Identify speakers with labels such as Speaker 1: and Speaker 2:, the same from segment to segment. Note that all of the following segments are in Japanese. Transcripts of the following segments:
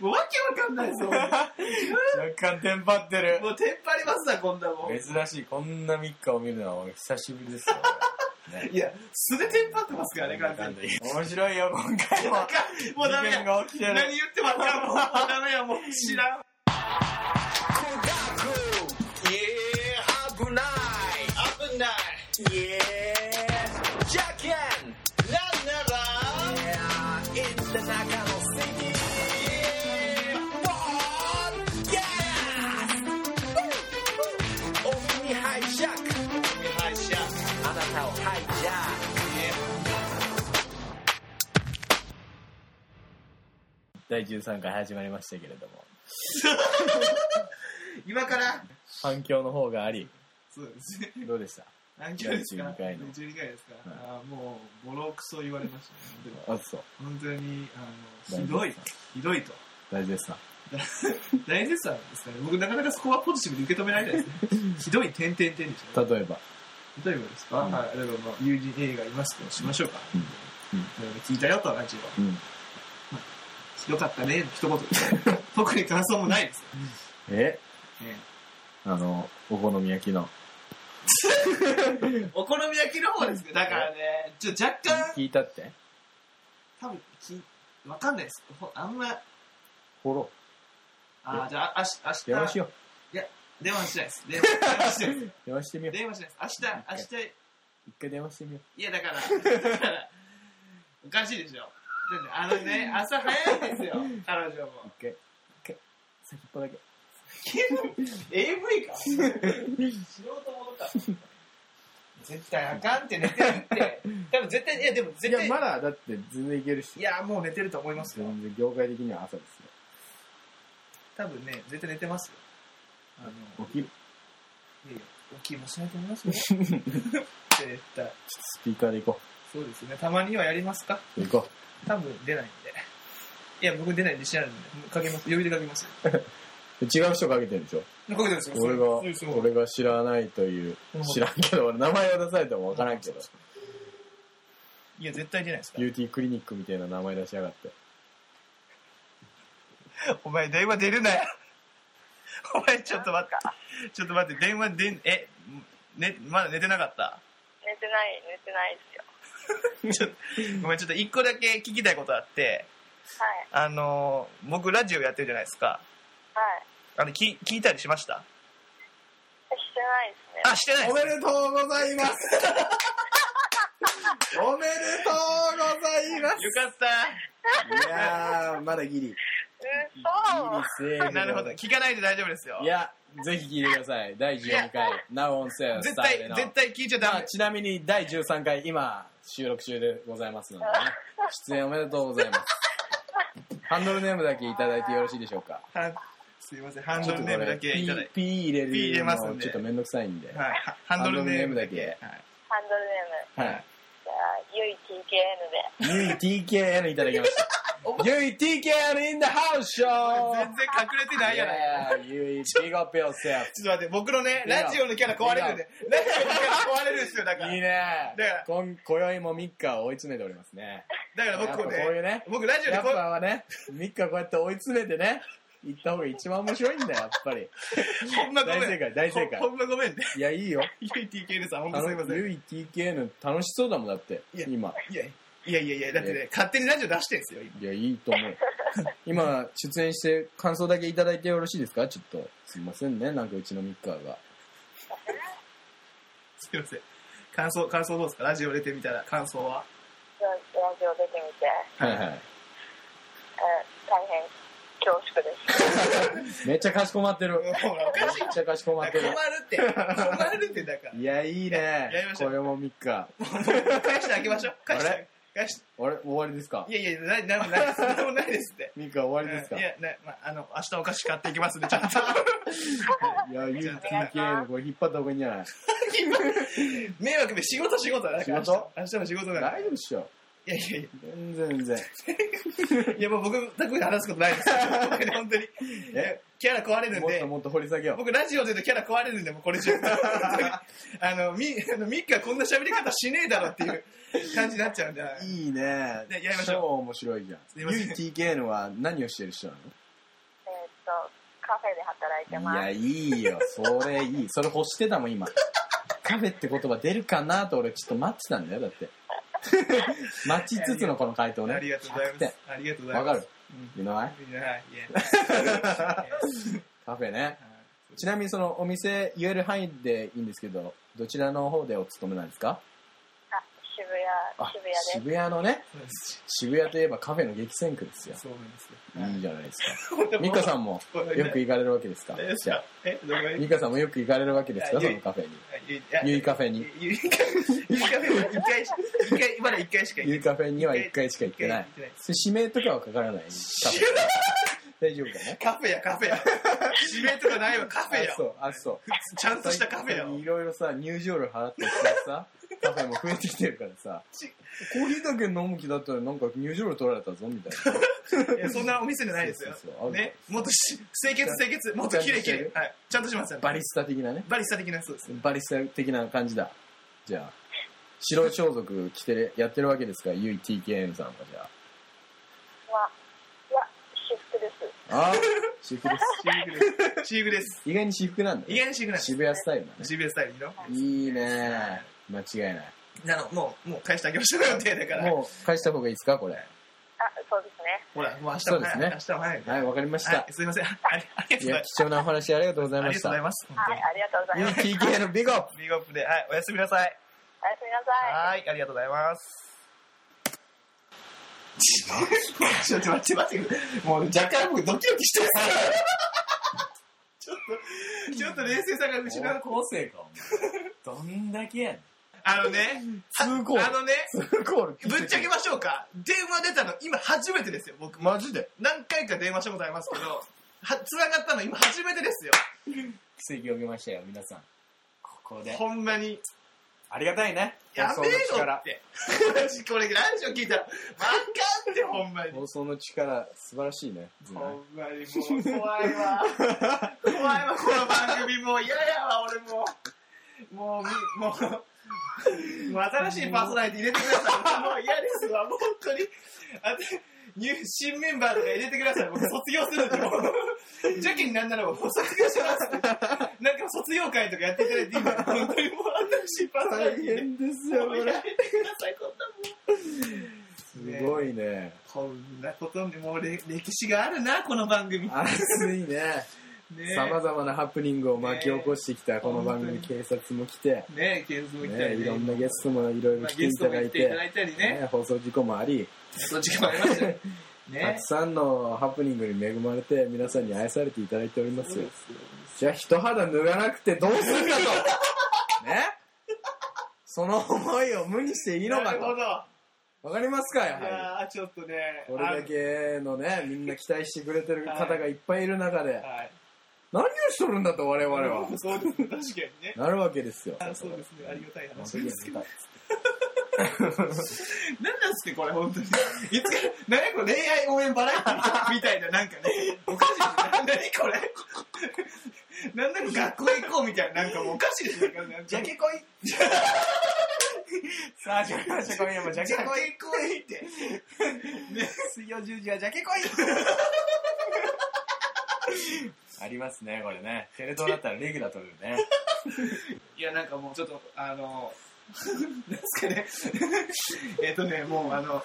Speaker 1: もうわけわかんないですよ。
Speaker 2: 若干テンパってる
Speaker 1: も。うテンパりますわ、こんなもん。
Speaker 2: 珍しい、こんな3日を見るのは俺久しぶりですよ。 ね
Speaker 1: いや、素でテンパってますからね、完全に。
Speaker 2: 面白いよ、今回も。
Speaker 1: もうダメ
Speaker 2: 事件。
Speaker 1: や
Speaker 2: が起きてる。
Speaker 1: 何言ってもあかんもうダメや、もう知らん。
Speaker 3: 危ない危ない Yeah じゃけんなんなら Yeah いつ中の席 Yeah ポッキャーお耳ハイジャックハイジャックあなたをハイジャック
Speaker 2: 第13回始まりましたけれども、
Speaker 1: 今から。
Speaker 2: 反響の方があり、
Speaker 1: そうですね。
Speaker 2: どうでした
Speaker 1: 何回ですか
Speaker 2: 12回の
Speaker 1: 12回ですか、あーもう、ボロクソ言われましたね。でも
Speaker 2: あ、そう。
Speaker 1: 本当に、あの、ひどい、ひどいと。
Speaker 2: 大丈夫ですな。
Speaker 1: 大絶賛ですからね。僕、なかなかそこはポジティブで受け止められないですね。ひどい点々点でしょ、
Speaker 2: 例えば、
Speaker 1: 例えばですか、
Speaker 2: うん
Speaker 1: はい。例えば、まあ、友人 A がいますとしましょうか。
Speaker 2: うんうん
Speaker 1: 聞いたよと、ラジ
Speaker 2: う
Speaker 1: オ。
Speaker 2: ん。
Speaker 1: ひどかったね、一 言ですね特に感想もないですよ。
Speaker 2: え
Speaker 1: ね
Speaker 2: あの、お好み焼きの。
Speaker 1: お好み焼きの方ですね。だからね、ちょ、若干、
Speaker 2: 聞いたって
Speaker 1: 多分、き、わかんないです。ほあんま、
Speaker 2: フォロ
Speaker 1: あーじゃあ、あし、明日、
Speaker 2: ー。電話しよ
Speaker 1: 電話しな いです。電話しないです。
Speaker 2: う。電話してみよう。
Speaker 1: 電話しないです。明日、明日、
Speaker 2: 一回電話してみよ
Speaker 1: いや、だから、だから おかしいでしょ。だって、あのね、朝早いんですよ、彼 女も
Speaker 2: う。。一回、一回、先っぽだけ。
Speaker 1: AV か素人ものか。絶対あかんって寝てる って。多分絶対、いや、でも
Speaker 2: い
Speaker 1: 絶
Speaker 2: や
Speaker 1: 対、、
Speaker 2: まだ、だって全然いけるし
Speaker 1: い。や、もう寝てると思いますよ。
Speaker 2: 全然業界的には朝です
Speaker 1: 多分ね、絶対寝てますよ。あの、
Speaker 2: よ。起きる。
Speaker 1: いやいや起きもしないと思 いますよ。絶対。
Speaker 2: スピーカーで行こ
Speaker 1: そうですね。たまにはやりますか
Speaker 2: う。行こ
Speaker 1: 多分出ないんで。いや、僕出ないんで知らないんで。かけます。余裕でかけますよ。
Speaker 2: う。違う人かけてるでしょ
Speaker 1: かけてますよ。
Speaker 2: 俺
Speaker 1: そ
Speaker 2: が
Speaker 1: うです、よ
Speaker 2: 俺が知らないという
Speaker 1: うん、
Speaker 2: 知らんけど、俺名前を出されてもわからんけど、
Speaker 1: いや、絶対出ないですか
Speaker 2: ビューティークリニックみたいな名前出しやがって。
Speaker 1: ら。お前、電話出るなよ。お前、ちょっと待って。ちょっと待って、電話出ん、え、ね、まだ寝てなかった。
Speaker 4: 寝てない寝てないで
Speaker 1: ち
Speaker 4: すよ
Speaker 1: ょっと、ごめん、ちょっと一個だけ聞きたいことあって、
Speaker 4: はい
Speaker 1: あの、僕ラジオやってるじゃないですか。
Speaker 4: はい
Speaker 1: あの、き聞いたりしました
Speaker 4: してないですね
Speaker 1: あ、してない
Speaker 2: お
Speaker 1: です
Speaker 2: めでとうございます おめでとうございま
Speaker 1: よかっ
Speaker 2: すいやー、まだギリ。
Speaker 4: うそ
Speaker 2: セー
Speaker 1: た。なるほど。聞かないで大丈夫ですよ。
Speaker 2: いや、ぜひ聞いてください。第14回、Now on Sale
Speaker 1: 絶
Speaker 2: スタイ
Speaker 1: 対
Speaker 2: ル、の
Speaker 1: 絶対聞いちゃダ
Speaker 2: まあ
Speaker 1: メ。
Speaker 2: ちなみに第13回、今、収録中でございますのでね。出演おめでとうございます。ハンドルネームだけいただいてよろしいでしょうか。
Speaker 1: はすいません、ハン
Speaker 2: ち
Speaker 1: ド
Speaker 2: ょっ
Speaker 1: ル
Speaker 2: と
Speaker 1: ネームだけいただいて。
Speaker 2: P 入れ
Speaker 1: ピー入れ
Speaker 2: る
Speaker 1: ます
Speaker 2: の
Speaker 1: んで
Speaker 2: ちょっとめんどくさいんで。
Speaker 1: はい、はハンドルネームだけ。はい
Speaker 4: ハンドルネーム
Speaker 2: はい。
Speaker 4: じゃあゆい TKN で
Speaker 2: ゆい TKN いただきま した。ゆい TKN in the house show!
Speaker 1: 全然隠れてないやない。
Speaker 2: Yeah, ゆい big up yourself!
Speaker 1: ちょっと待って、僕のね、ラジオのキャラ壊れるんで、ラジオのキャラ壊れるんですよ、だから。
Speaker 2: いいね
Speaker 1: だから
Speaker 2: こん今宵もミッカを追い詰めておりますね。
Speaker 1: だから僕も
Speaker 2: やっぱこういう
Speaker 1: ね
Speaker 2: ね、
Speaker 1: 僕ラジオで
Speaker 2: やっ
Speaker 1: こ
Speaker 2: ぱ
Speaker 1: う、
Speaker 2: はね、ミッカこうやって追い詰めてね、行った方が一番面白いんだよ、やっぱり。
Speaker 1: ほんまごめん。
Speaker 2: 大正解大正解
Speaker 1: ほんまごめんね。
Speaker 2: いや、いいよ。
Speaker 1: ゆい TKN さん、ほん
Speaker 2: あ
Speaker 1: とすいませ
Speaker 2: の、
Speaker 1: ん。
Speaker 2: ゆい TKN 楽しそうだもん、だって
Speaker 1: いや、
Speaker 2: 今。
Speaker 1: いやいやいやいや、だってね、勝手にラジオ出してんすよ、今。
Speaker 2: いや、いいと思う。今、出演して感想だけいただいてよろしいですかちょっと。すいませんね、なんかうちのミッカーが。
Speaker 1: すいません。感想、感想どうですかラジオ出てみたら、感想は。
Speaker 4: ララジオ出てみて、
Speaker 2: はいはい。
Speaker 4: うん、大変恐縮です
Speaker 2: めっちゃかしこまってる。めっ
Speaker 1: ほら、おかしい。
Speaker 2: ちゃかしこま
Speaker 1: 困
Speaker 2: ってる
Speaker 1: る。って。困るって、だから。
Speaker 2: いや、いいね
Speaker 1: やりま。しょう
Speaker 2: これもミッカー。
Speaker 1: 返してあげましょう。返し
Speaker 2: あ
Speaker 1: て
Speaker 2: れ。
Speaker 1: 返して。
Speaker 2: あれ終わりですか
Speaker 1: いやいや、な、な、な、そんなもんないですって。
Speaker 2: ミッカー終わりですか
Speaker 1: いや、な、まあ、あの、明日お菓子買っていきますね、ちゃんと。
Speaker 2: いや、ゆい TKN これ引っ張った方がいいんじゃない
Speaker 1: 迷惑で仕事仕事だ
Speaker 2: 仕事
Speaker 1: 明日も仕事だから。
Speaker 2: 大丈夫っしょ。
Speaker 1: いやいやい
Speaker 2: 全然全然。
Speaker 1: や、いやもう僕、特に話すことないです。僕ね本当に。
Speaker 2: え
Speaker 1: キャラ壊れるん
Speaker 2: もっと
Speaker 1: で、
Speaker 2: もっと掘り下げよう。
Speaker 1: 僕ラジオで言うとキャラ壊れるんで、もうこれ以上。本当にあの、み、あの、ミッカこんな喋り方しねえだろっていう感じになっちゃうんじゃない
Speaker 2: いいね
Speaker 1: ねやりましょ
Speaker 2: 超
Speaker 1: う
Speaker 2: 面白いじゃん。
Speaker 1: すい
Speaker 2: ゆ
Speaker 1: ません
Speaker 2: い TKN は何をしてる人なの
Speaker 4: カフェで働いて
Speaker 2: い
Speaker 4: ます。
Speaker 2: や、いいよ。それいい。それ欲してたもん、今。カフェって言葉出るかなと俺ちょっと待ってたんだよ、だって。 待ちつつのこの回答ね。
Speaker 1: ありがとうござい
Speaker 2: 100
Speaker 1: ま
Speaker 2: 点
Speaker 1: す。ありがとうござい
Speaker 2: わ
Speaker 1: ま
Speaker 2: か
Speaker 1: す。
Speaker 2: るいない
Speaker 1: る。はい、いえ。
Speaker 2: カフェね。ちなみにそのお店言える範囲でいいんですけど、どちらの方でお勤めなんですか
Speaker 4: あ、渋谷、
Speaker 2: あ
Speaker 4: 渋谷です。
Speaker 2: 渋谷のね、
Speaker 1: そうなんです
Speaker 2: 渋谷といえばカフェの激戦区ですよ。
Speaker 1: そうなんですよ。
Speaker 2: いいじゃないですか。
Speaker 1: でも
Speaker 2: ミカさんも
Speaker 1: ごめんね
Speaker 2: よく行かれるわけですか
Speaker 1: 大丈夫です
Speaker 2: じゃ
Speaker 1: かえ、どこ
Speaker 2: あ
Speaker 1: へ
Speaker 2: ミカさんもよく行かれるわけですか
Speaker 1: い
Speaker 2: そ
Speaker 1: や
Speaker 2: のカフェに。
Speaker 1: あ
Speaker 2: ゆいカフェに。
Speaker 1: ゆいカフェ、ゆいカフェは一回し、一回、まだ一回しか行
Speaker 2: ゆ
Speaker 1: け
Speaker 2: いカフェには1回しか行ってない
Speaker 1: 一回行ってない。
Speaker 2: それ指名とかはかからないカフェ大丈夫かね
Speaker 1: カフェやカフェや。指名とかないわ、カフェや
Speaker 2: あ、。そう、あ、そう。
Speaker 1: ちゃんとしたカフェや。
Speaker 2: いろいろさ、入場料払ってきてさ、カフェも増えてきてるからさ、コーヒーだけ飲む気だったらなんか入場料取られたぞみたいな。
Speaker 1: いやそんなお店じゃないですよ
Speaker 2: そうそうそう。
Speaker 1: ね、もっとし清潔清潔、もっとキレイキレイ。はい。ちゃんとしますよ。
Speaker 2: バリスタ的なね。
Speaker 1: バリスタ的な、 そうです。
Speaker 2: バリスタ的な感じだ。じゃあ、白装束着てるやってるわけですから、ゆい TKM さんはじゃあ。
Speaker 4: まあ、いや、私服です。
Speaker 2: あ私服です。
Speaker 1: シーグです。シーグです。
Speaker 2: 意外に私服なんだ
Speaker 1: 意
Speaker 2: よ。
Speaker 1: 外にシーグなんです。
Speaker 2: 渋谷スタイルだね。
Speaker 1: シーグスタイルいいの
Speaker 2: いいね間違い
Speaker 1: なの、もう、もう返してあげましょうよ、手だか
Speaker 2: ない。
Speaker 1: ら。
Speaker 2: もう返した方がいいですかこれ。
Speaker 4: あ、そうですね。
Speaker 1: ほら、もう明日
Speaker 2: そう
Speaker 1: も
Speaker 2: です
Speaker 1: 早
Speaker 2: ね
Speaker 1: い。明日も早い。
Speaker 2: はい、わかりました
Speaker 1: はい。すいません。ありあり
Speaker 2: い
Speaker 1: が
Speaker 2: や、貴重なお話ありがとうございまし
Speaker 1: とうござい
Speaker 2: た。
Speaker 1: ます。ありがとうございます。本当
Speaker 4: は
Speaker 1: に
Speaker 4: い、ありがとうござ
Speaker 2: ゆい
Speaker 4: います。
Speaker 2: TKM のビッグアップ
Speaker 1: ビッグアップで、はい、おやすみなさい。
Speaker 4: おやすみなさい。
Speaker 1: はい、ありがとうございます。ちょっと待って待って、もう若干僕ドキドキしてます。ちょっと、ちょっと冷静さが失う。
Speaker 2: 高校生か、お前。どんだけやねん。
Speaker 1: あのね、
Speaker 2: 通行
Speaker 1: あのね、
Speaker 2: 2コール。
Speaker 1: ぶっちゃけましょうか。電話出たの今初めてですよ、僕。
Speaker 2: マジで
Speaker 1: 何回か電話したことありますけど、は、繋がったの今初めてですよ。
Speaker 2: 奇跡を見ましたよ、皆さん。ここで。
Speaker 1: ほんまに。
Speaker 2: ありがたいね。
Speaker 1: やめ
Speaker 2: 放送の
Speaker 1: ろ
Speaker 2: 力。
Speaker 1: って。私これラジオ聞いたら、わかんって、ほんまに。
Speaker 2: 放送の力、素晴らしいね。
Speaker 1: ほんまにもう怖いわ。怖いわ、この番組もう嫌やわ、俺もう。もうみ、もう、もう新しいパーソナリティ入れてください。もう嫌ですわ、本当に。あ入新メンバーとか入れてください。僕卒業するんで、もう。邪気になんならもう卒業します。なんか卒業会とかやっていただいていいから、本当にもう新しいパーソナ
Speaker 2: 大
Speaker 1: リティ入れて
Speaker 2: 変です
Speaker 1: くだ
Speaker 2: よ、これ。
Speaker 1: さい、こんなもん。
Speaker 2: すごいね。
Speaker 1: こんなことでもうれ歴史があるな、この番組。
Speaker 2: 熱いね。
Speaker 1: ね
Speaker 2: さまざまなハプニングを巻き起こしてきたこの番組、
Speaker 1: ね
Speaker 2: 警察も来て、
Speaker 1: ねえ、ケンズも来た
Speaker 2: ね、
Speaker 1: りね。
Speaker 2: いろんなゲストもいろいろ
Speaker 1: まあ
Speaker 2: 来て
Speaker 1: ゲ
Speaker 2: い
Speaker 1: ス
Speaker 2: た
Speaker 1: トも
Speaker 2: だ
Speaker 1: 来
Speaker 2: い
Speaker 1: てい
Speaker 2: て
Speaker 1: ただ、いたりね。
Speaker 2: ね放送事故もあり、
Speaker 1: そっちもあり ましたね。
Speaker 2: た
Speaker 1: ね
Speaker 2: くさんのハプニングに恵まれて皆さんに愛されていただいておりますよ。じゃあ一肌脱がなくてどうするかと。ねその思いを無にしていいの
Speaker 1: な
Speaker 2: か
Speaker 1: るほど。
Speaker 2: と。わかりますかや
Speaker 1: い
Speaker 2: は
Speaker 1: やーちょっとね。
Speaker 2: り。これだけのね、みんな期待してくれてる方がいっぱいいる中で
Speaker 1: あの。、はい。
Speaker 2: 何をしとるんだと我々は。
Speaker 1: そうですね、確かにね。
Speaker 2: なるわけですよ。
Speaker 1: あそうですね、ありがたい
Speaker 2: 本
Speaker 1: 話
Speaker 2: 当に
Speaker 1: で
Speaker 2: や
Speaker 1: すけ
Speaker 2: り
Speaker 1: ど。
Speaker 2: たい
Speaker 1: 何なんすか、これ、本当に。いつか、何これ、恋愛応援バラエティみたいな、なんかね。おかしいですね。何これ。なんだか学校行こうみたいな、なんかもうおかしいですね。じゃけこい。
Speaker 2: さあ、始まりました。今夜もジ
Speaker 1: じゃ
Speaker 2: ャケ
Speaker 1: け
Speaker 2: コイ
Speaker 1: こいって。ね
Speaker 2: 水曜10時はジャケコイありますね、これね。テレ東だったらレギュラー取れるね。
Speaker 1: いや、なんかもうちょっと、あの、 なんすかね。 えっとね、もう、あの、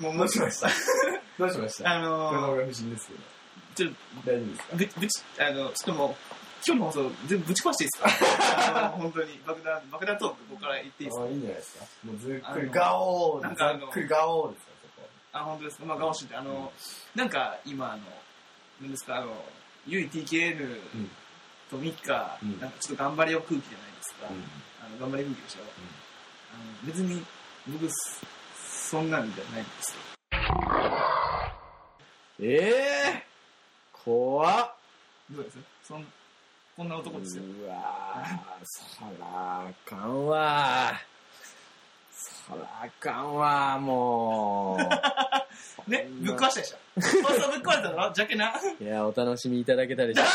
Speaker 1: もう、もうし ました。
Speaker 2: どうしまし
Speaker 1: あ
Speaker 2: この
Speaker 1: の、
Speaker 2: 俺不審ですけど。
Speaker 1: ちょっ
Speaker 2: 大丈夫ですか
Speaker 1: と、ぶぶち、あの、ちょっともう、今日の放送、全部ぶち壊していいですか あの本当に、爆弾、爆弾トーク、ここから言っていいです
Speaker 2: あ
Speaker 1: か
Speaker 2: あ、いいんじゃないですか。もうずっ
Speaker 1: あ
Speaker 2: くり
Speaker 1: の
Speaker 2: ガオー
Speaker 1: なんかあ
Speaker 2: ざ
Speaker 1: の
Speaker 2: っくりガオーですか、そこ。
Speaker 1: あ、本当ですか。まあ、ガオシュって、あの、なんか、今、あの、なんですか、あの、ゆい TKN
Speaker 2: ん
Speaker 1: とミッカ、
Speaker 2: うん
Speaker 1: なんかちょっと頑張れよ空気じゃないですか。
Speaker 2: うん
Speaker 1: あの頑張れ空気でしょ。あの別に、僕、そんなんじゃないんですよ。
Speaker 2: ええー、怖っ。
Speaker 1: どうですそんこんな男ですよ。
Speaker 2: うわー、そらあかんわそらあかんわもう。
Speaker 1: ね、ぶっ壊したでしょ。放送ぶっ壊れただろジャケな。い
Speaker 2: いや、お楽しみいただけたでしょうか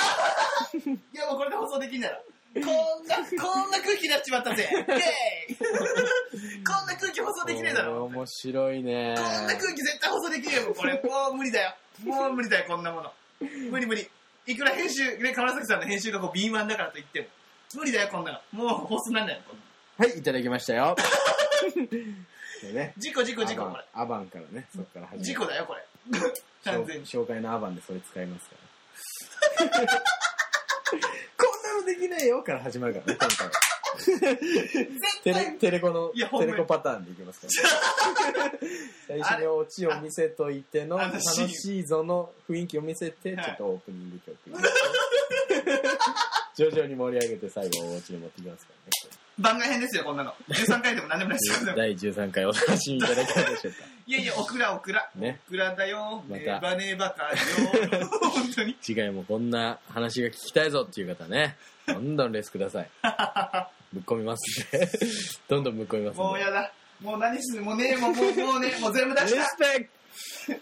Speaker 1: や、もうこれで放送できんなら。こんな、こんな空気になっちまったぜ。イェイこんな空気放送できねえだろ。
Speaker 2: これ面白いね
Speaker 1: こんな空気絶対放送できねえよ、これ。もう無理だよ。もう無理だよ、こんなもの。無理無理。いくら編集、ね、川崎さんの編集がこう敏腕だからといっても、無理だよ、こんなの。もう放送になんないよ、こんなの
Speaker 2: はい、いただきました よ。でね。
Speaker 1: 事故、事故、事
Speaker 2: ア
Speaker 1: 故、
Speaker 2: バ
Speaker 1: こ
Speaker 2: ンアバンからね、そっから
Speaker 1: れ。
Speaker 2: 始
Speaker 1: 事
Speaker 2: め
Speaker 1: 故だよ、これ。
Speaker 2: 紹
Speaker 1: 完全に。
Speaker 2: 紹介のアバンでそれ使いますから。 こんなのできないよから始まるからね、今回は。テレテレコの、
Speaker 1: いやほんま
Speaker 2: テ
Speaker 1: に
Speaker 2: レコパターンでいき ますから、ね。最初にオチを見せといての、
Speaker 1: ああの
Speaker 2: 楽
Speaker 1: シーン
Speaker 2: しいぞの雰囲気を見せて、
Speaker 1: は
Speaker 2: ち
Speaker 1: い
Speaker 2: ょっとオープニング曲入れて。徐々に盛り上げて最後お家に持ってきますか
Speaker 1: 番外編ですよ、こんなの。13回でも何でもないです
Speaker 2: ら
Speaker 1: よ
Speaker 2: ね。。第13回お楽しみいただけたでしょうか。
Speaker 1: いやいや、オクラ、オクラ。
Speaker 2: ね。
Speaker 1: オクラだよ、
Speaker 2: また
Speaker 1: ネバネバか よ。本当に。
Speaker 2: 次回もこんな話が聞きたいぞっていう方ね、どんどんレスくださ い。ぶっ込みますんで。どんどんぶっ込みますんで。
Speaker 1: もうやだ。もう何するもうね、もう、もうもうね、もう全部出
Speaker 2: リ
Speaker 1: し
Speaker 2: ス
Speaker 1: た。
Speaker 2: ペク